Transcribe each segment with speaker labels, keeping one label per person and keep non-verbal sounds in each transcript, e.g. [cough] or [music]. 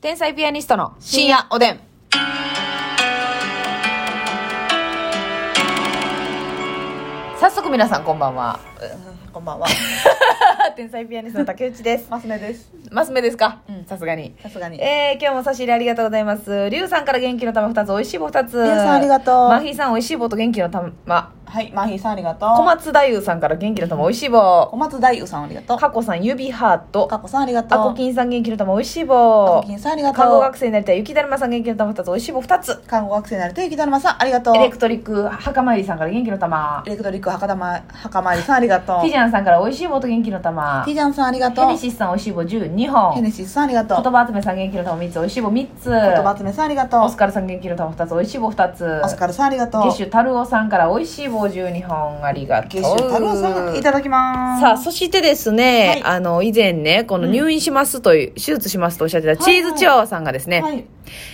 Speaker 1: 天才ピアニストの深夜おでん。早速皆さんこんばんは。
Speaker 2: こんばんは。
Speaker 1: 天才ピアニスト
Speaker 2: の
Speaker 1: の
Speaker 2: 竹内です。マスネです。
Speaker 1: マス目ですか
Speaker 2: うん
Speaker 1: さすがに。
Speaker 2: さすがに。
Speaker 1: えー、今日も差し入れありがとうございます。リュウさんから元気の玉2つ、美味しい棒2つ。リ
Speaker 2: リュウさんありがとう
Speaker 1: マヒーさん美味しい棒と元気の玉。
Speaker 2: はい、マーヒーさんありがとう。
Speaker 1: 小松太夫さんから元気の玉美味しい棒。
Speaker 2: 小松大夫さんありがとう。
Speaker 1: カコさん指ハート。
Speaker 2: かこさんありがと
Speaker 1: ア
Speaker 2: う。
Speaker 1: コキンさん元気の玉美味しい
Speaker 2: あ
Speaker 1: 棒
Speaker 2: こ。きんさんありがとう。
Speaker 1: 看護学生になりたい雪だるまさん元気の玉2つ、美味しい棒2つ。
Speaker 2: 看護学生になると雪だるまさんありがとう。
Speaker 1: エレクトリック墓参りさんから元気の玉
Speaker 2: エレクトリックはかだま、はかまりさんありがとう。
Speaker 1: フィジャンさんから美味しい棒と元気の玉
Speaker 2: ティジャンさんありがとう。
Speaker 1: ヘネシスさん美味しい棒12本
Speaker 2: ヘ
Speaker 1: 言
Speaker 2: ネシスさんありがとう。言
Speaker 1: 葉集めさん元気の玉3つ美味しい棒3つ
Speaker 2: 葉集めさんありがとう。
Speaker 1: オスカルさん元気の玉2つ美味しい棒2つ
Speaker 2: オスカルさんありがとう。
Speaker 1: ゲッシュタルオさんから美味しい棒12本ありがとう
Speaker 2: ゲッシュ太郎さん、いただきます。
Speaker 1: さあ、そしてですね、
Speaker 2: はい
Speaker 1: あの、以前ね、この入院しますという、手術しますとおっしゃってたチーズチワワさんがですね、
Speaker 2: はい。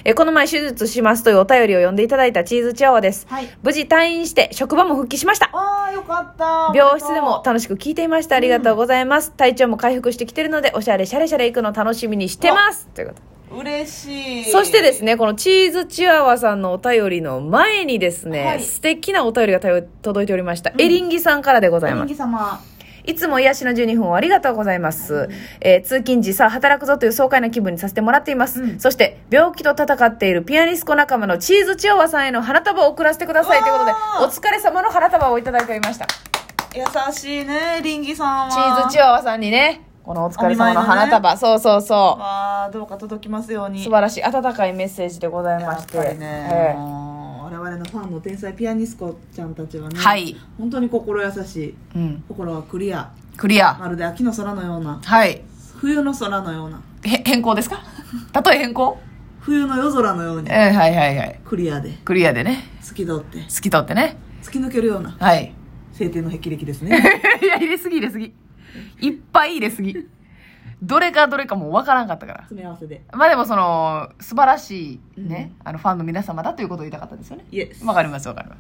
Speaker 1: えこの前手術しますというお便りを読んでいただいたチーズチワワです。
Speaker 2: はい。
Speaker 1: 無事退院して職場も復帰しました。
Speaker 2: あー、よかった。
Speaker 1: 病室でも楽しく聞いていました。ありがとうございます。体調も回復してきてるので、おしゃれシャレシャレ行くの楽しみにしてます。ということ。
Speaker 2: 嬉しい。
Speaker 1: そしてですね、このチーズチワワさんのお便りの前にですね、
Speaker 2: はい
Speaker 1: 素敵なお便りがたよ届いておりました。エリンギさんからでござい
Speaker 2: お
Speaker 1: ます。
Speaker 2: 人気様。
Speaker 1: いつも癒しの12分をありがとうございます。えー通勤時、さあ働くぞという爽快な気分にさせてもらっています。
Speaker 2: うん
Speaker 1: そして、病気と戦っているピアニスコ仲間のチーズチワワさんへの花束を送らせてくださいということで
Speaker 2: うわ、
Speaker 1: お
Speaker 2: ー
Speaker 1: 疲れ様の花束をいただいておりました。
Speaker 2: 優しいね、リンギさんは。
Speaker 1: チーズチワワさんにね、このお疲れ様の花束、そうそうそう。
Speaker 2: わあどうか届きますように
Speaker 1: 素晴らしい、温かいメッセージでござい
Speaker 2: や
Speaker 1: ま
Speaker 2: っ
Speaker 1: して。
Speaker 2: ぱりね、
Speaker 1: ええ
Speaker 2: もう我々のファンの天才ピアニスコちゃんたちはね、
Speaker 1: はい
Speaker 2: 本当に心優しい
Speaker 1: うん。
Speaker 2: 心はクリア
Speaker 1: クリア。
Speaker 2: まるで秋の空のような
Speaker 1: はい。
Speaker 2: 冬の空のような
Speaker 1: へ変更ですか [laughs] 例え変更
Speaker 2: 冬の夜空のように
Speaker 1: ええはいはいはい。
Speaker 2: クリアで
Speaker 1: クリアでね、
Speaker 2: 透き通って
Speaker 1: 透き通ってね。
Speaker 2: 突き抜けるような
Speaker 1: はい。
Speaker 2: 晴天の霹靂です
Speaker 1: [laughs]
Speaker 2: ね
Speaker 1: いや、入れすぎ入れすぎ。いっぱい入れすぎ。どれかどれかもうわからんかったから。
Speaker 2: 詰め合わせで
Speaker 1: まあでもその、素晴らしいね、あのファンの皆様だということを言いたかったですよね。
Speaker 2: イエス
Speaker 1: わかりますわかります。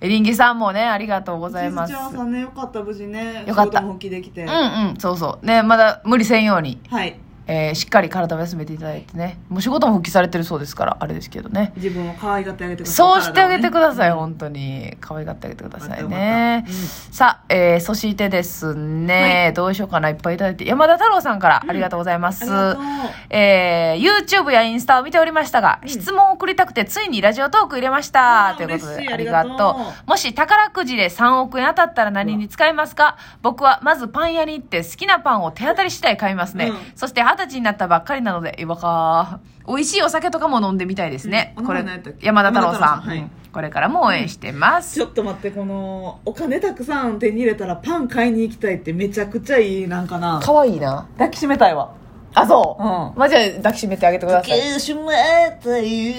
Speaker 1: エリンギさんもね、ありがとうございます。
Speaker 2: チーズチャーさんねよかった無事ね
Speaker 1: よかった
Speaker 2: 仕事も復帰できて、
Speaker 1: うんうん、そうそう。ね、まだ無理せんように、
Speaker 2: はい
Speaker 1: えーしっかり体を休めていただいてね。もう仕事も復帰されてるそうですから、あれですけどね。
Speaker 2: 自分を可愛がってあげてください
Speaker 1: そうしてあげてください、
Speaker 2: 体をね
Speaker 1: 本当に。可愛がってあげてください
Speaker 2: よかったよ
Speaker 1: ね
Speaker 2: かった。
Speaker 1: さあ、えー、そしてですね、どうしようかな、いっぱいいただいて。山田太郎さんからありがとうございます。
Speaker 2: ありがとう
Speaker 1: えー、YouTube やインスタを見ておりましたが、質問を送りたくてついにラジオトーク入れました
Speaker 2: あー
Speaker 1: ということ
Speaker 2: 嬉し
Speaker 1: で
Speaker 2: い
Speaker 1: ありがとう
Speaker 2: ありがと
Speaker 1: もし宝くじで3億円当たったら何に使いますか僕はまずパン屋に行って好きなパンを手当たり次第買いますね、
Speaker 2: うん
Speaker 1: そして二十歳になったばっかりなので今か美味しいお酒とかも飲んでみたいですね、
Speaker 2: うん
Speaker 1: これ
Speaker 2: お名前何やったっけ
Speaker 1: 山田太郎さん
Speaker 2: 山田太郎さんはい
Speaker 1: うんこれからも応援してます、
Speaker 2: ちょっと待ってこのお金たくさん手に入れたらパン買いに行きたいってめちゃくちゃいいなんかな
Speaker 1: かわいいな
Speaker 2: 抱きしめたいわ
Speaker 1: あそう、
Speaker 2: う
Speaker 1: まあじゃあ抱きしめてあげてください
Speaker 2: しめたい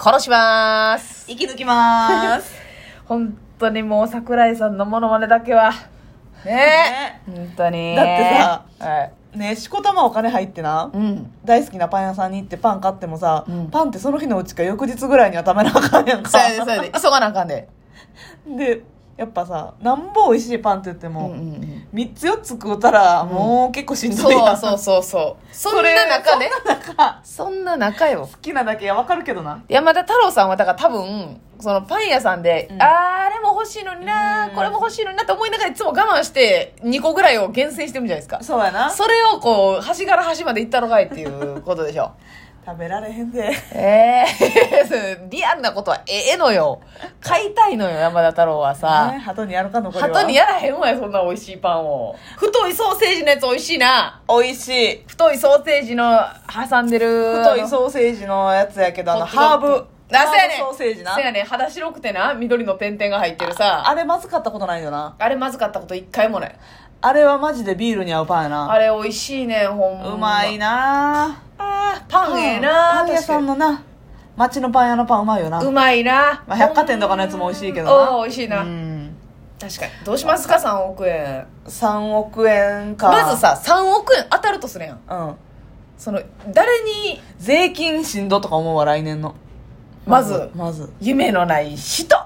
Speaker 1: 殺します
Speaker 2: 息抜きまーす
Speaker 1: 本当にもう桜井さんのモノマネだけはね
Speaker 2: ね
Speaker 1: え本当に
Speaker 2: だってさ
Speaker 1: はい
Speaker 2: ねしこたまお金入ってな、
Speaker 1: うん
Speaker 2: 大好きなパン屋さんに行ってパン買ってもさ、
Speaker 1: うん
Speaker 2: パンってその日のうちか翌日ぐらいには食べなあかんやんか
Speaker 1: そうやでそうやで急がなあかんで
Speaker 2: でやっぱさなんぼ美味しいパンって言って
Speaker 1: うん
Speaker 2: も、
Speaker 1: うん
Speaker 2: 三3つ4つ食うたらもう結構しんどい
Speaker 1: そ
Speaker 2: や
Speaker 1: うんそうそうそうそん
Speaker 2: れ
Speaker 1: な中ね
Speaker 2: そんな中
Speaker 1: そんな中よ
Speaker 2: 好きなだけやわかるけどな
Speaker 1: 山田太郎さんはだから多分そのパン屋さんで、
Speaker 2: うん
Speaker 1: あーあれも欲しいのにな
Speaker 2: うん
Speaker 1: これも欲しいのになと思いながらいつも我慢して2個ぐらいを厳選してるんじゃないですか
Speaker 2: そうやな
Speaker 1: それをこう端から端まで行ったのかいっていうことでしょ
Speaker 2: 食べられへんで
Speaker 1: [laughs] ええ [laughs] リアルなことはええのよ買いたいのよ山田太郎は
Speaker 2: ね、
Speaker 1: さ、
Speaker 2: 鳩にやるか残りは
Speaker 1: 鳩にやらへんわよそんな美味しいパンを太いソーセージのやつ美味しいな
Speaker 2: 美味しい
Speaker 1: 太いソーセージの挟んでる
Speaker 2: 太いソーセージのやつやけどあのハーブ
Speaker 1: なせやねん
Speaker 2: ハーブソーセージな
Speaker 1: せやねん肌白くてな緑の点々が入ってるさあ
Speaker 2: あれまずかったことないよな
Speaker 1: れまずかったこと一回もない
Speaker 2: あれはマジでビールに合うパンやな
Speaker 1: あれ美味しいねんほんま
Speaker 2: うまいな
Speaker 1: あーパンええな
Speaker 2: パン屋さん
Speaker 1: の
Speaker 2: のな町のパン屋のパンうまいよな、
Speaker 1: うまいな、
Speaker 2: まあ、百貨店とかのやつも美味しいけど
Speaker 1: お
Speaker 2: な
Speaker 1: お美味しいな、
Speaker 2: うん
Speaker 1: 確かにどうしますか3億円
Speaker 2: 3億円か
Speaker 1: まずさ3億円当たるとするやん
Speaker 2: うん
Speaker 1: その誰に
Speaker 2: 税金しんどとか思うわ来年の
Speaker 1: まず
Speaker 2: まず
Speaker 1: 夢のない
Speaker 2: [laughs]
Speaker 1: 人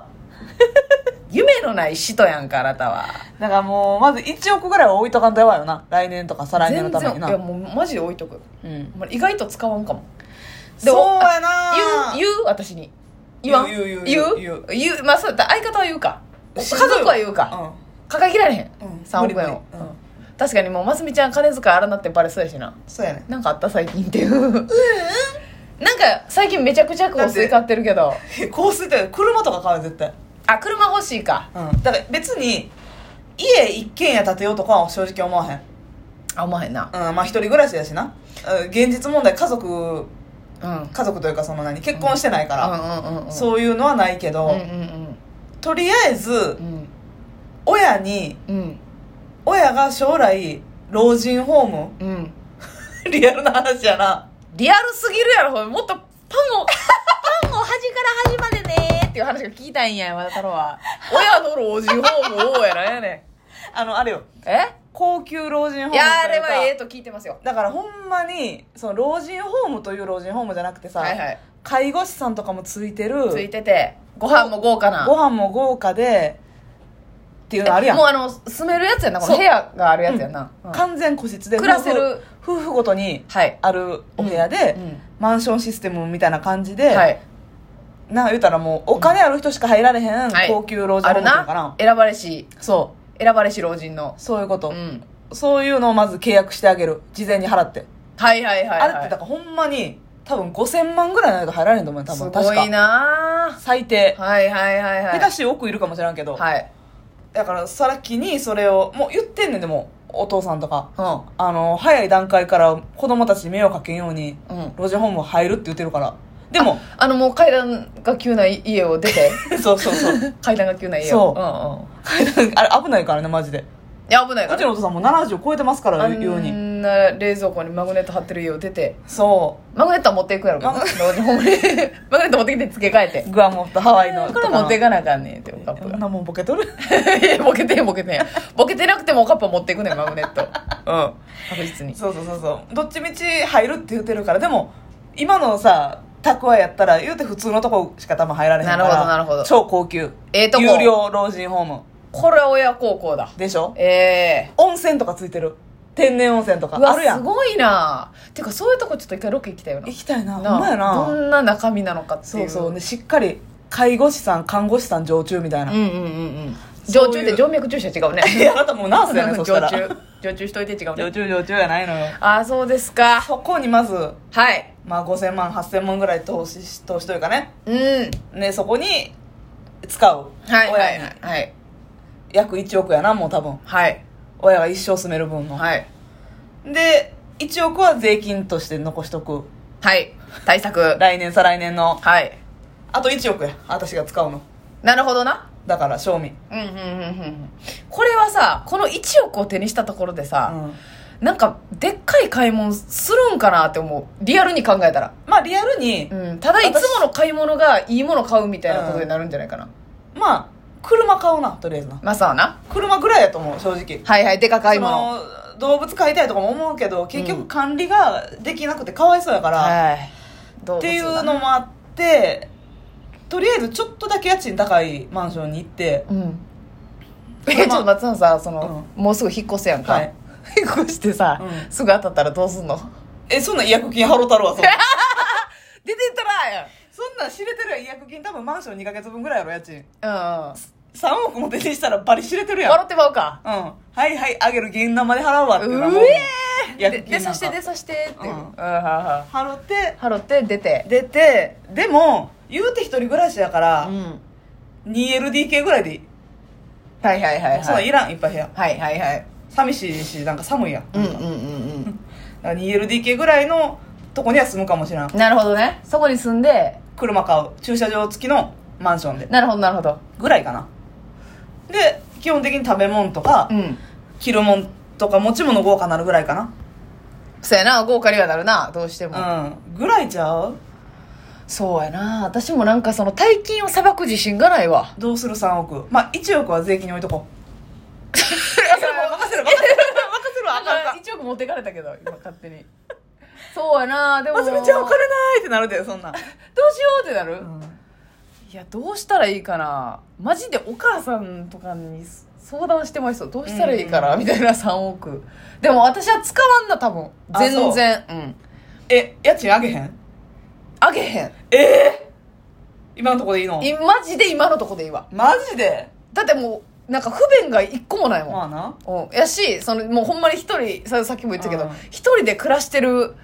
Speaker 1: 夢のない人やんかあなたは
Speaker 2: だからもうまず1億ぐらいは置いとかんとやばいよな来年とか再来年のために
Speaker 1: いや
Speaker 2: な
Speaker 1: もうマジで置いとく
Speaker 2: うん
Speaker 1: まあ意外と使わんかも
Speaker 2: そうや
Speaker 1: あ
Speaker 2: な
Speaker 1: 言う言う私に言わん
Speaker 2: 言う言
Speaker 1: 言
Speaker 2: う言
Speaker 1: う
Speaker 2: う
Speaker 1: 言うまあそうだ相方は言うか家
Speaker 2: しんどいわ
Speaker 1: 族は言うか抱えきられへん、
Speaker 2: うんうん
Speaker 1: 3億円を、
Speaker 2: 無理無理うん
Speaker 1: 確かにもうますみちゃん金遣い荒なってバレそうやしな
Speaker 2: そうやね
Speaker 1: なんかあった最近っていううんなんか最近めちゃくちゃ香水買ってるけど
Speaker 2: [laughs] 香水って車とか買うよ絶対
Speaker 1: あ車欲しいか
Speaker 2: うんだから別に家一軒家建てようとかは正直思わへん
Speaker 1: あ思わへんな
Speaker 2: うんまあ一人暮らしやしなうん現実問題家族
Speaker 1: うんうん
Speaker 2: 家族というかその何結婚してないから、
Speaker 1: うんうんうん
Speaker 2: そういうのはないけど、
Speaker 1: うんうん
Speaker 2: とりあえず
Speaker 1: うん
Speaker 2: 親に
Speaker 1: うん
Speaker 2: 親が将来老人ホーム [laughs]
Speaker 1: うんうん
Speaker 2: リアルな話やな
Speaker 1: リアルすぎるやろほいもっとパン
Speaker 2: [laughs]
Speaker 1: をパンを端から端までねーっていう話が聞きたいんや山田太郎は親の老人ホームをやなんやね
Speaker 2: [laughs] あのあれよ
Speaker 1: んえ
Speaker 2: 高級老人ホーム
Speaker 1: いやあ
Speaker 2: とい
Speaker 1: れ
Speaker 2: うか
Speaker 1: はええと聞いてますよ
Speaker 2: だからほんまにその老人ホームという老人ホームじゃなくてさ、
Speaker 1: はいはい
Speaker 2: 介護士さんとかもついてる
Speaker 1: ついててご飯も豪華な
Speaker 2: ご飯も豪華でっていうのあるやん
Speaker 1: もうあの住めるやつやんなこの
Speaker 2: そう
Speaker 1: 部屋があるやつやんな、うん
Speaker 2: 完全個室で
Speaker 1: 暮らせる
Speaker 2: 夫婦夫婦ごとに
Speaker 1: はい
Speaker 2: あるお部屋で、
Speaker 1: うん
Speaker 2: マンションシステムみたいな感じで、
Speaker 1: はい
Speaker 2: なんか言うたらもうお金ある人しか入られへん、
Speaker 1: はい
Speaker 2: 高級老人
Speaker 1: あ
Speaker 2: ホー
Speaker 1: る
Speaker 2: ムかな
Speaker 1: な選ばれし
Speaker 2: そ
Speaker 1: 選ばれし老人の
Speaker 2: うそういうこと、
Speaker 1: うん
Speaker 2: そういうのをまず契約してあげる事前に払って、
Speaker 1: はいはいはい、はい、
Speaker 2: あれってだからほんまに多分5000万ぐらいないと入られへんと思うよ多
Speaker 1: す
Speaker 2: 分
Speaker 1: ごい
Speaker 2: 確か
Speaker 1: な
Speaker 2: 最低
Speaker 1: ー、はいはいはいはい
Speaker 2: 下手し奥いるかもしれんけど、
Speaker 1: はい
Speaker 2: だからさらきにそれをもう言ってんねんでもお父さんとか
Speaker 1: う
Speaker 2: あの早い段階から子供たちに迷惑かけんように
Speaker 1: んうん
Speaker 2: 路地ホーム入るって言ってるから
Speaker 1: [laughs]
Speaker 2: でも
Speaker 1: あのもう階段が急な家を出
Speaker 2: [laughs]
Speaker 1: て
Speaker 2: そうそうそう
Speaker 1: 階段が急な家
Speaker 2: そ
Speaker 1: を
Speaker 2: う
Speaker 1: うんうん
Speaker 2: あれ危ないからねマジで
Speaker 1: いや危ないか
Speaker 2: うちの
Speaker 1: ら
Speaker 2: お父さんも70超えてますから
Speaker 1: あ
Speaker 2: 言うに
Speaker 1: んな冷蔵庫にマグネット貼ってる家を出て
Speaker 2: そ
Speaker 1: マグネットは持っていくやろうけどな
Speaker 2: マ
Speaker 1: 老人ホームに [laughs] マグネット持ってきて付け替えて
Speaker 2: うグアムとハワイの
Speaker 1: これ持ってい
Speaker 2: か
Speaker 1: かなあかんねんっておカップ
Speaker 2: そ
Speaker 1: が [laughs]
Speaker 2: んなもんボケとる
Speaker 1: いやボケてんボケてんボケてなくてもおカップは持っていくねんマグネットうん確実に
Speaker 2: そうそうそうそうどっちみち入るって言ってるからでも今のさ宅配やったら言うて普通のとこしか多分入られへんから
Speaker 1: なるほどなるほど
Speaker 2: 超高級
Speaker 1: ええとこ
Speaker 2: 有料老人ホーム
Speaker 1: これは親孝行だ
Speaker 2: でしょ
Speaker 1: ええ
Speaker 2: 温泉とかついてる天然温泉とか
Speaker 1: うわ
Speaker 2: あるや
Speaker 1: す
Speaker 2: ん
Speaker 1: ごいなてかそういうとこちょっと一回ロケ行きたいよな
Speaker 2: 行きたいなほんまやな
Speaker 1: どんな中身なのかって
Speaker 2: そ
Speaker 1: いうう
Speaker 2: そうねしっかり介護士さん看護師さん常駐みたいな、
Speaker 1: うんうんうんうん常駐って静脈注射違うね
Speaker 2: いやあなたもうナ
Speaker 1: [laughs]
Speaker 2: ースやねそしたら
Speaker 1: 常駐常駐しといて違うね
Speaker 2: 常駐常駐やないのよ
Speaker 1: ああそうですか
Speaker 2: そこにまず、
Speaker 1: はい
Speaker 2: まあ、5000万8000万ぐらい投資投資というかね
Speaker 1: うん
Speaker 2: ねそこに使う
Speaker 1: はいはい
Speaker 2: 親に
Speaker 1: はい
Speaker 2: 約1億やなもう多分
Speaker 1: はい
Speaker 2: 親が一生住める分の、
Speaker 1: はい
Speaker 2: で1億は税金として残しとく
Speaker 1: はい対策
Speaker 2: 来年再来年の
Speaker 1: はい
Speaker 2: あと1億や私が使うの
Speaker 1: なるほどな
Speaker 2: だから賞味
Speaker 1: うんうんうんうんうんこれはさこの1億を手にしたところでさ、
Speaker 2: うん
Speaker 1: なんかでっかい買い物するんかなって思うリアルに考えたら、
Speaker 2: まあリアルに、
Speaker 1: うん、ただいつもの買い物がいいもの買うみたいなことになるんじゃないかな、
Speaker 2: まあ車買おうなとりあえずな
Speaker 1: まあさあな
Speaker 2: 車ぐらいやと思う正直
Speaker 1: はいはいでか買い物
Speaker 2: その動物飼いたいとかも思うけど結局管理ができなくてかわいそうやから、
Speaker 1: はいど
Speaker 2: っていうのもあってとりあえずちょっとだけ家賃高いマンションに行って
Speaker 1: うん [laughs] えちょっと松野さその、もうすぐ引っ越すやんか、
Speaker 2: はい
Speaker 1: [laughs] 引っ越してさ、
Speaker 2: うん
Speaker 1: すぐ当たったらどうすんの
Speaker 2: えそんなん違約金払うたるわそんなん
Speaker 1: 出てったらやん
Speaker 2: そんなん知れてるやん違約金多分マンション2ヶ月分ぐらいやろ家賃
Speaker 1: うん
Speaker 2: 3億も手にしたらバリ知れてるやん
Speaker 1: 笑ってまうか
Speaker 2: うんはいはいあげる現生で払うわっていうのはも
Speaker 1: う
Speaker 2: う
Speaker 1: で
Speaker 2: 約
Speaker 1: で
Speaker 2: 金な
Speaker 1: さ
Speaker 2: ん
Speaker 1: して
Speaker 2: か
Speaker 1: でさしてっていう、
Speaker 2: うん
Speaker 1: うんはいはい
Speaker 2: 払って
Speaker 1: ハロって出て。
Speaker 2: 出てでも言うて一人暮らしやから、
Speaker 1: ん。
Speaker 2: 2LDK ぐらいでいい、
Speaker 1: はいはいはい
Speaker 2: そんな
Speaker 1: は
Speaker 2: ん
Speaker 1: い。
Speaker 2: いらんいっぱい部屋
Speaker 1: はいはいはい。
Speaker 2: 寂しいしなんか寒いやん,、
Speaker 1: うんうんうん
Speaker 2: だから 2LDK ぐらいのとこには住むかもしれん
Speaker 1: うん。なるほどね。そこに住んで、
Speaker 2: 車買う駐車場付きのマンションで
Speaker 1: なるほどなるほど。
Speaker 2: ぐらいかなで基本的に食べ物とか、
Speaker 1: うん。
Speaker 2: 着るもんとか持ち物豪華なるぐらいか
Speaker 1: そうやな、豪華にはなるな、どうしても。
Speaker 2: なうんぐらいちゃう
Speaker 1: そうやな、私もなんかその大金を裁く自信がないわ。
Speaker 2: どうする3億まあ1億は税金に置いとこうそれもう任せる任せる任せるわあかんあかん
Speaker 1: 1億持ってかれたけど、今勝手に。 [laughs] そうやな、でも。
Speaker 2: まつみちゃんお金ないってなるでそんなん、
Speaker 1: どうしようってなる、いや、どうしたらいいかな。マジでお母さんとかに相談してました。どうしたらいいかな、みたいな3億。でも私は使わんな、多分。
Speaker 2: あそ
Speaker 1: 全
Speaker 2: う
Speaker 1: 然。うん。
Speaker 2: え家賃上げへん
Speaker 1: あげへん
Speaker 2: ええ今のとこでいいの
Speaker 1: いマジで今のとこでいいわ
Speaker 2: マジで
Speaker 1: だってもうなんか不便が一個もないもん、
Speaker 2: まあな
Speaker 1: うん、やしそのもうほんまに一人ささっきも言ったけ
Speaker 2: う
Speaker 1: ど
Speaker 2: ん
Speaker 1: 一、人で暮らしてる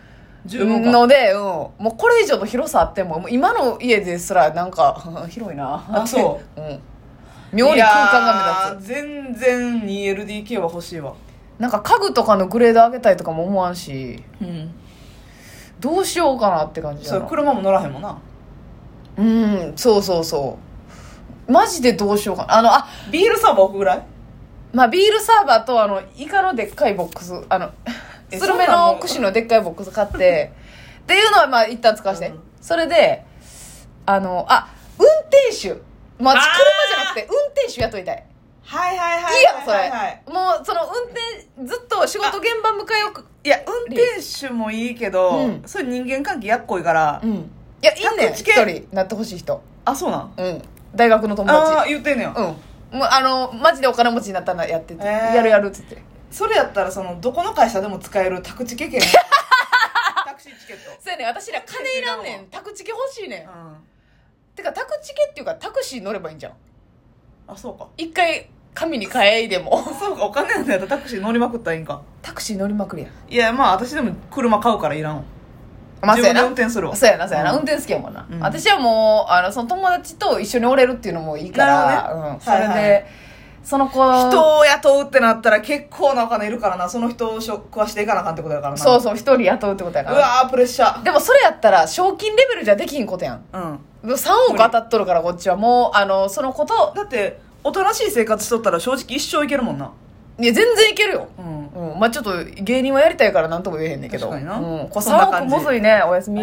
Speaker 2: 十分か
Speaker 1: ので、うん、もうこれ以上の広さあってももう今の家ですらなんか [laughs] 広いな、
Speaker 2: あそう
Speaker 1: うん、妙に空間が目立つ
Speaker 2: つ全然 2LDK は欲しいわ
Speaker 1: なんか家具とかのグレード上げたいとかも思わんし
Speaker 2: うん
Speaker 1: どうしようかなって感じ
Speaker 2: そ
Speaker 1: だ
Speaker 2: れ
Speaker 1: な
Speaker 2: 車も乗らへんもんな
Speaker 1: うんそうそうそうマジでどうしようかなあのあ
Speaker 2: ビールサーバー置くぐらい
Speaker 1: まあビールサーバーとあのイカのでっかいボックスあの
Speaker 2: え
Speaker 1: スルメ
Speaker 2: そうな
Speaker 1: の
Speaker 2: の
Speaker 1: 串のでっかいボックス買ってっていうのはまあ一旦使わせて、
Speaker 2: うん
Speaker 1: それであのあ運転手まあ
Speaker 2: あー
Speaker 1: 私車じゃなくて運転手雇いたい
Speaker 2: はいはいはい
Speaker 1: いいやろそれ、
Speaker 2: はいはい
Speaker 1: もうその運転ずっと仕事現場迎えよく
Speaker 2: いや運転手もいいけど、
Speaker 1: うん
Speaker 2: それ人間関係やっこいから、
Speaker 1: うんいやいいねん
Speaker 2: 100
Speaker 1: 一
Speaker 2: 地形
Speaker 1: 人なってほしい人
Speaker 2: あそうなん
Speaker 1: うん大学の友
Speaker 2: ああ
Speaker 1: 達
Speaker 2: 言ってんねや、
Speaker 1: うんもうあのマジでお金持ちになったらやってて、
Speaker 2: へー
Speaker 1: やるやるっつって
Speaker 2: それやったらそのどこの会社でも使える宅地
Speaker 1: [laughs]
Speaker 2: 経験タクシーチケット
Speaker 1: そうやねん私ら金いらんねん宅地系欲しいねん、
Speaker 2: うん
Speaker 1: てか宅地系っていうかタクシー乗ればいいんじゃん
Speaker 2: あそうか
Speaker 1: 一回神に変えいで
Speaker 2: [laughs]
Speaker 1: も
Speaker 2: そうかお金なんだったらタクシー乗りまくったらいいんか
Speaker 1: タクシー乗りまくるやん
Speaker 2: いやまあ私でも車買うからいらんわ
Speaker 1: まあそう
Speaker 2: 自
Speaker 1: や
Speaker 2: 分で
Speaker 1: な
Speaker 2: 運転するわ
Speaker 1: そうやなそうやな、
Speaker 2: うん
Speaker 1: 運転好きやもんな、
Speaker 2: うん
Speaker 1: 私はもうあのその友達と一緒におれるっていうのもいいから
Speaker 2: なるほどね
Speaker 1: うん、それで、
Speaker 2: はいはい
Speaker 1: その子
Speaker 2: 人を雇うってなったら結構なお金いるからなその人を食わしていかなあかんってことだからな
Speaker 1: そうそう一人雇うってことやか
Speaker 2: う
Speaker 1: ら
Speaker 2: わープレッシャ
Speaker 1: でもそれやったら賞金レベルじゃできひんことやん
Speaker 2: ーうん
Speaker 1: 3億当たっとるからこっちはもうあのその子と
Speaker 2: だっておとなしい生活しとったら正直一生いけるもんない
Speaker 1: や全然いけるよ
Speaker 2: うん
Speaker 1: うん、まあちょっと芸人はやりたいから何とも言えへんねんけど
Speaker 2: 確かにな
Speaker 1: うん、これ
Speaker 2: そんな
Speaker 1: 3
Speaker 2: 感
Speaker 1: 億
Speaker 2: じ
Speaker 1: もずいねおやすみ